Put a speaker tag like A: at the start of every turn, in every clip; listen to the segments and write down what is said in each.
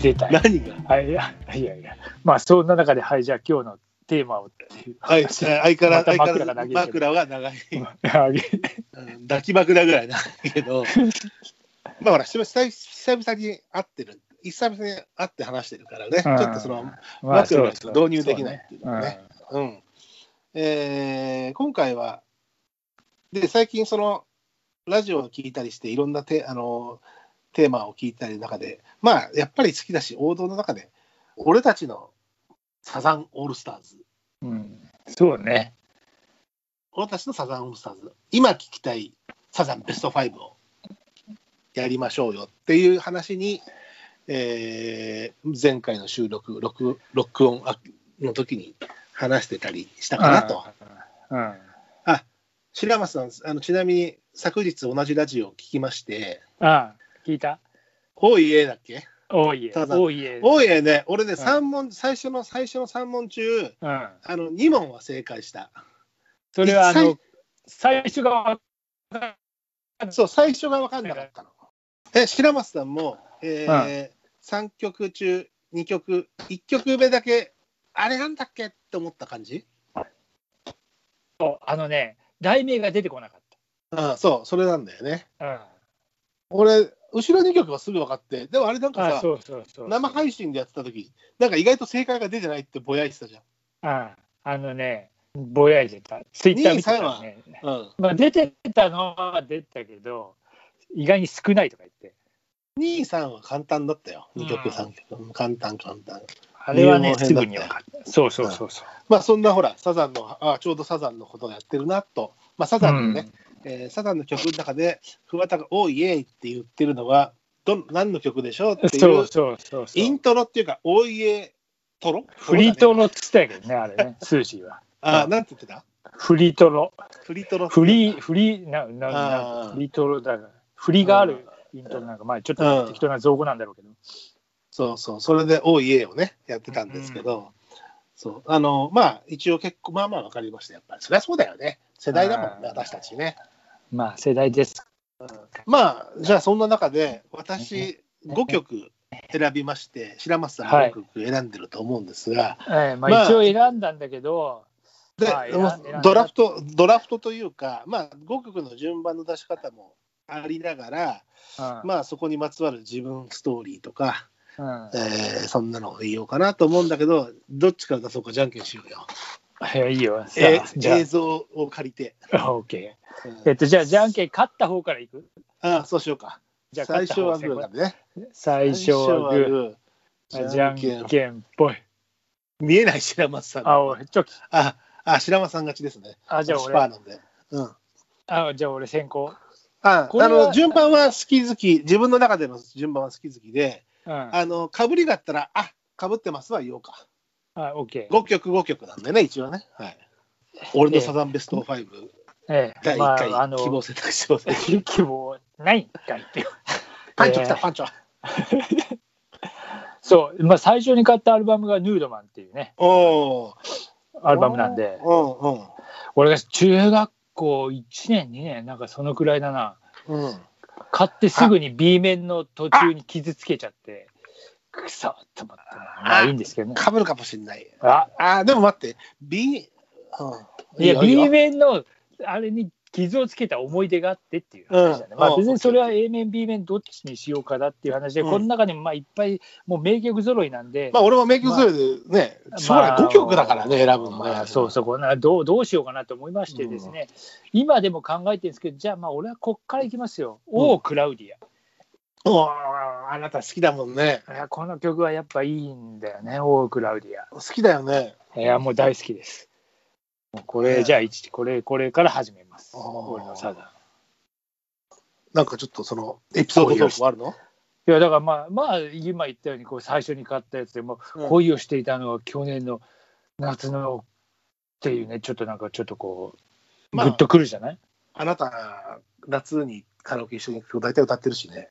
A: 出たよ。
B: 何が
A: はい、いやいやいや、まあそんな中で、はい、じゃあ今日のテーマをって いう
B: はい、
A: 話。
B: 相変わら
A: また
B: ず、
A: 枕
B: 枕
A: が
B: が
A: 長いけど
B: 枕は長い。
A: はい。
B: うん抱き枕ぐらいなんだ けど、まあほら、久々久々に会ってる、久々に会って話してるからね、ちょっとその、
A: まあ
B: 枕が
A: そう
B: 導入できないっていう
A: そう
B: のが
A: ね
B: ね。うんえー今回は、で、最近その、ラジオを聞いたりして、いろんなテあのテーマを聞いたりの中で、まあ、やっぱり好きだし、王道の中で、俺たちのサザンオールスターズ、
A: うんうんそうね。
B: 俺たちのサザンオールスターズ、今聞きたいサザンベスト5をやりましょうよっていう話に、えー前回の収録、録録音あの時に話してたりしたかなと。
A: うん。
B: あ、白松さん、あのちなみに昨日同じラジオを聞きまして、
A: ああ、聞いた
B: おいえだっけ
A: おいえ、
B: ただ
A: おいえ。
B: おいえね、俺ね、
A: ん
B: 三問、最初の最初の3問中、
A: うん。
B: あの2問は正解した。
A: それは、あ
B: 最
A: の、最初がわか
B: そう、最初が分かんなかったの。え、白松さんも、えー3曲中2曲、1曲目だけ、あれなんだっけって思った感じ
A: あのね、題名が出てこなかっ
B: うん、そう、それなんだよね。
A: た。うん。
B: 俺、後ろ2曲はすぐ分かって、でもあれなんか
A: あ
B: さ、
A: そうそうそう。
B: 生配信でやってた時なんか意外と正解が出てないってぼやいてたじゃん。
A: ああのね、ぼやいてた。ツイッター見てたらね。
B: うん、
A: まあ、出てたのは出てたけど、意外に少ないとか言って。
B: 2、3は簡単だったよ。
A: うん
B: 2曲、3曲。簡単、簡単。
A: あれは
B: 入
A: ね、
B: 門
A: す
B: 編だ
A: ぐ
B: ったよ
A: に分かった。そうそうそうそう。
B: まあ、そんなほら、サザンの、あちょうどサザンのことをやってるなと。まあ、サザンのね、えーサザンの曲の中で、桑田が、おーイエーイって言ってるのは、どん、何の曲でしょうってい
A: そう
B: う、
A: そうそうそう。
B: イントロっていうか、おーイエートロ
A: フリート
B: ロ、
A: ロっつったんやけどね、あれね、スージーは。
B: あ、なんて言ってた
A: フリートロ。
B: フリートロ。
A: フリー、フリー、な、な、
B: あ
A: な
B: ー、
A: フリートロだから。振りがあるイントロなんか、まあちょっと適当な造語なんだろうけど。
B: そうそう、それで、おーイエーをね、やってたんですけど、そう、あの、まあ、一応結構、まあまあ分かりました、やっぱり。そりゃそうだよね。世代だもんね、
A: あー
B: 私たちね。
A: まあ世代です。
B: まあ、じゃあそんな中で、私、5曲選びまして、白松さん
A: はい
B: 5曲選んでると思うんですが、
A: ええ、ま
B: まあ
A: あ一応選んだんだけど、
B: で
A: はい選ん選んだ
B: ドラフト、ドラフトというか、まあ、5曲の順番の出し方もありながら、
A: うん
B: まあ、そこにまつわる自分ストーリーとか、
A: うん
B: えーそんなのを言おうかなと思うんだけど、どっちから出そうかじゃんけんしようよ。
A: いやいいよ。さ
B: え
A: あ、じゃ
B: 映像を借りて。
A: あ、 オッケ
B: うん
A: ー。えっと、じゃあ、じゃんけん勝った方からいく
B: ああそうしようか。
A: じゃあ、
B: 最
A: 勝った
B: 初
A: 方
B: はグーだね。
A: 最初はグー。
B: グー
A: じゃんけんぽい。
B: 見えない白松さんの。
A: あ、おい、チョキ。
B: あ、あ、白間さん勝ちですね。
A: あ、じゃあ
B: スパー
A: 俺、
B: なんで。うん。
A: あ、じゃあ俺先行。
B: あ、
A: これ
B: あ
A: は
B: の順番は好き好き、自分の中での順番は好き好きで、
A: うん。あ、
B: あの被りがあったら、あ、被ってますは言おうか。
A: オッケー。
B: 五曲五曲なんでね、一応ね。はい。俺のサザンベスト5、
A: え
B: 第
A: え、
B: 一
A: ま
B: 回、
A: あ、あの、
B: 希望選択肢を。
A: 希望ないんかいっていう。
B: パンチョ来た、
A: えー
B: パンチョ。
A: そう、まあ、最初に買ったアルバムがヌードマンっていうね、
B: おお。
A: アルバムなんで、
B: う
A: 俺が中学校1年、2年、なんかそのくらいだな、
B: んうん。うん。
A: 買ってすぐに B 面の途中に傷つけちゃって、くそっと思って、まあいいんですけどね。
B: 被るかもしれない。
A: あ
B: あ、でも待って、B、うん。
A: いや、
B: よよ
A: B 面のあれに傷をつけた思い出があってっていう話だね。
B: うん
A: ま
B: う
A: あ
B: ん
A: 別にそれは A 面、B 面どっちにしようかだっていう話で、
B: うん
A: この中にもまあいっぱいもう名曲揃いなんで、
B: まあ俺も名曲それでね、将来5曲だからね、選ぶのね
A: まあ、そうそうこんなどうどうしようかなと思いましてですね、今でも考えてるんですけどじゃあまあ俺はこっからいきますよ「
B: ん
A: オークラウディ
B: おーあなた好きだもんね。
A: ア」いやこの曲はやっぱいいんだよね「オークラウディ
B: 好きだよね。
A: ア」いやもう大好きですもうこ
B: う
A: れ
B: ん
A: じゃあ一これこれから始めます
B: あー
A: 俺のサザン
B: なんかちょっとそのエピソードトークはあるの
A: いやだからまあまあ今言ったようにこう最初に買ったやつでも
B: うん
A: 恋をしていたのは去年の夏のっていうねちょっとなんかちょっとこうグ
B: まあ
A: ッとくるじゃない、
B: あなた、夏にカラオケ一緒に行くと大体歌ってるしね。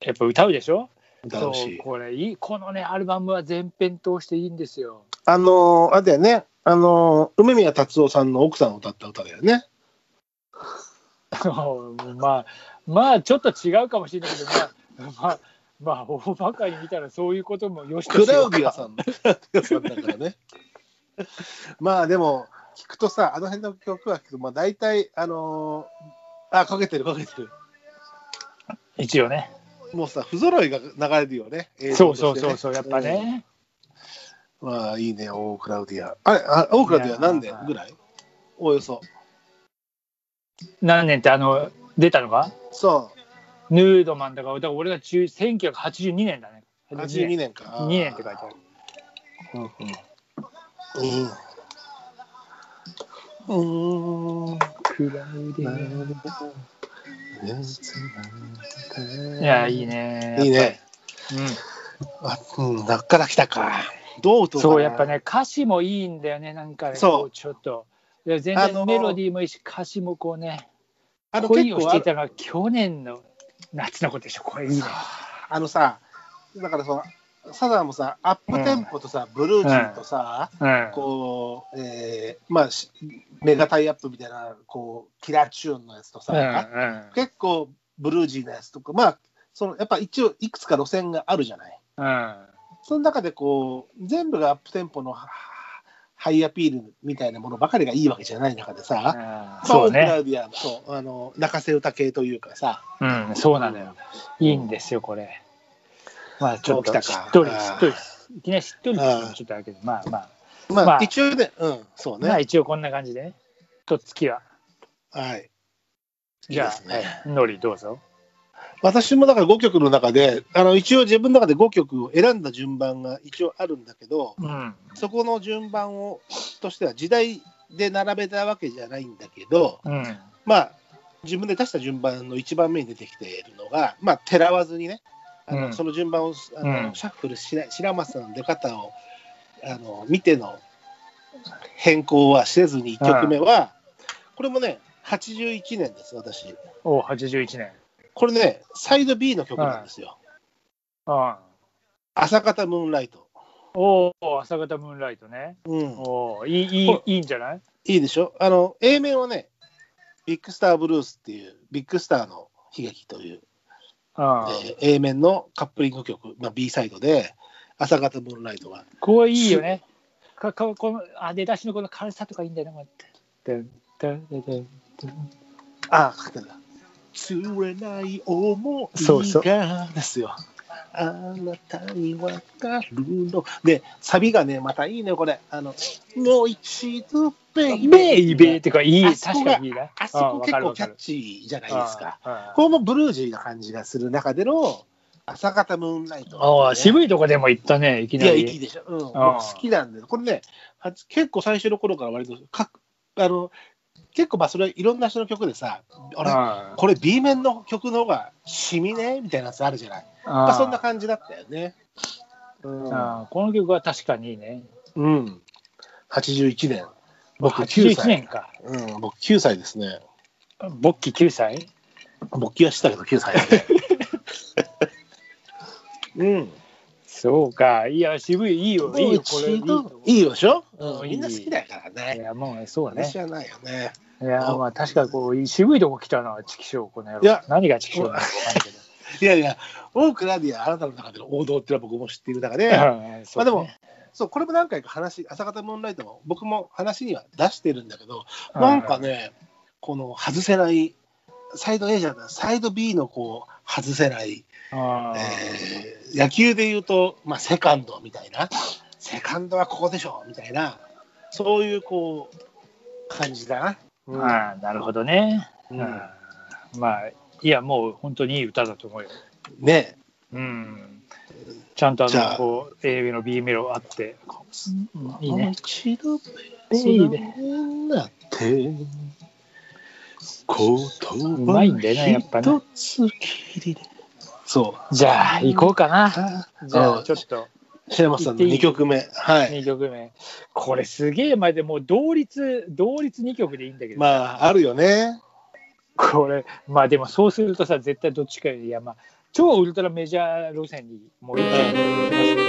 A: やっぱ歌うでしょ
B: 歌
A: そう
B: し。
A: これいいこのねアルバムは全編通していいんですよ
B: あのー、あれだよね。あのー、梅宮達夫さんの奥さんを歌った歌だよね。
A: あのまあまあちょっと違うかもしれないけどまあまあまあ、大ばかり見たらそういうこともよしとし
B: クラ
A: よう
B: ウディア
A: か。
B: さんクラウディアさんだからね。 まあでも、聞くとさ、あの辺の曲は聞くと、まあ大体、あのーあ、かけてるかけてる。
A: 一応ね。
B: もうさ、不揃いが流れるよね。映
A: そ
B: 像
A: うそう
B: としてね
A: そうそう、やっぱ。ね。
B: うんまあいいね、オークラウディア。あれ、あオークラウディア何年ぐらいおおよそ。
A: 何年ってあの出たのが
B: そ
A: ヌードマンだから、だから俺が10 1982年だね。
B: う、82年か。
A: 2年って書いてある。
B: うんうんうん。うーん。
A: クラウディア。い
B: い
A: や、いい。ね。
B: いいね。
A: う
B: あ、うん、だから来たか。どう打と
A: ん、
B: う
A: そう、やっぱ。ね、歌詞もいいんだよね、なんか、ね、
B: そう
A: こちょっと。いや全
B: あ
A: 然
B: の
A: メロディーもいいし、歌詞もこうね、
B: あの、
A: 恋を
B: 結
A: し
B: 構あ
A: てい
B: る
A: たのは去年の夏のことでしょ、これいいね。
B: あのさ、だからその、サザンもさ、アップテンポとさ、ブルージーとさ、
A: うん、
B: こう、えー、まあ、しメガタイアップみたいな、こう、キラーチューンのやつと
A: うん、う
B: さ、
A: ん
B: 結構ブルージーなやつとか、まあ、その、やっぱ一応、いくつか路線があるじゃない。
A: うん、
B: その中でこう、全部がアップテンポのはハイアピールみたいなものばかりがいいわけじゃない中でさ、
A: うん、
B: そ
A: そうう
B: クラ
A: ね、
B: ウディアそうあの泣かせ歌系というかさ
A: うん、そうなのよ。いいんですよ、これ。まあ、ちょっと
B: そうき
A: した
B: か
A: っとり、
B: あ
A: し
B: ー
A: っとり、いきなりしっとりっていうの
B: あー
A: もちょっとあるけど、まあまあ、
B: まあ、
A: まあ
B: 一応ねうんそうね、
A: まあ
B: はい、
A: 一応こんな感じでね、とっつきは。じゃ
B: いいです
A: あ、
B: ね
A: はいノリどうぞ。
B: 私もだから5曲の中であの一応自分の中で5曲を選んだ順番が一応あるんだけど
A: うん、
B: そこの順番をとしては時代で並べたわけじゃないんだけど
A: うん、
B: まあ自分で出した順番の1番目に出てきているのがまあてらわずにねあの、
A: うん
B: その順番をあの、
A: うん
B: シャッフルしな白松さんの出方をあの見ての変更はせずに1曲目は、これもね81年です私
A: お81年。
B: これねサイド B の曲なんですよ
A: うん
B: 「朝方ムーンライト
A: おお、朝方ムーンライトね。」
B: うん、
A: おお、いい、い
B: こ
A: い、いいんじゃない。
B: いいでしょあの A 面はね「ビッグスターブルース」っていうビッグスターの悲劇という、
A: ああ、
B: えー A 面のカップリング曲、まあ、B サイドで「朝方ムーンライト」は
A: こういいよね。か、か、この、あ、出だしのこの軽さとかいいんだよね、こうやって。で、で、で、で。
B: ああ、かけてた。つれない思いが
A: そうそう
B: ですよ。あなたにわかるの。で、サビがね、またいいね、これ。あの、もう一度、ベイ
A: ベイベーってか、いい、
B: あそ
A: 確
B: こが
A: かにいいな。
B: あそこ結構キャッチーじゃないですか。これもブルージーな感じがする中での、朝方ムーンライト、
A: ああ、
B: い。
A: 渋いとこでも行ったね、いき
B: い
A: な
B: や、
A: り。
B: いいでしょ。うん、僕
A: ああ
B: 好きなんで、これね、は結構最初の頃から割とかあの、結構まあ、それはいろんな人の曲でさ、あれ、
A: あ
B: これ B 面の曲の方がしみねみたいなやつあるじゃない。まあ、
A: あ、
B: そんな感じだったよね。うん。
A: ああこの曲は確かにいいね。
B: うん、81年。僕9
A: 81
B: 歳
A: 年か。
B: うん、僕9歳ですね。
A: ボッキー9歳
B: 僕気がしたけど9歳だね。 うん。
A: そうか。いや、渋い、いいよ、いいよ、これ。いいと
B: いいよでしょ、
A: う
B: うんん、みんな好きだから
A: い
B: ね。
A: や、もう、そうだね
B: 私。はないよね。
A: いやー、まあ確かにこう、渋いとこ来たな、チキショー、この野郎。
B: いや
A: 何がチキショーなのか分かんないけど
B: いやいや、オークラディア、あなたの中での王道っていうのは僕も知っている中で、
A: うんそ
B: ま
A: うだ
B: あで
A: ね
B: も、そう、これも何回か話、朝方ムーンライトも僕も話には出してるんだけど、
A: うん
B: なんかね、この外せない、サイド A じゃない、サイド B のこう、外せない、
A: あ
B: えー野球で言うと、まあ、セカンドみたいな、セカンドはここでしょ、みたいな、そういうこう、感じだな。
A: ーあー、なるほどね。
B: うん
A: あーまあ、いや、もう本当にいい歌だと思うよ。
B: ね
A: うん。ちゃんとあ
B: じゃ
A: の、
B: あ
A: こう、A メロ、B メロあって、いい
B: もう
A: ね。
B: 一度、
A: いいね
B: になって、言
A: うま
B: 葉
A: いんだよねやっぱね
B: 一つきりで。そう。
A: じゃあ、行こうかな。
B: あ
A: じゃ
B: う
A: あ、
B: ん
A: ちょっと、
B: 白松さんの2曲目。はい。
A: 2曲目。これすげえ前でもう同率、同率2曲でいいんだけど。
B: まあ、あるよね。
A: これ、まあでもそうするとさ、絶対どっちかより、いやまあ、超ウルトラメジャー路線にもう行っちゃうと思いますけど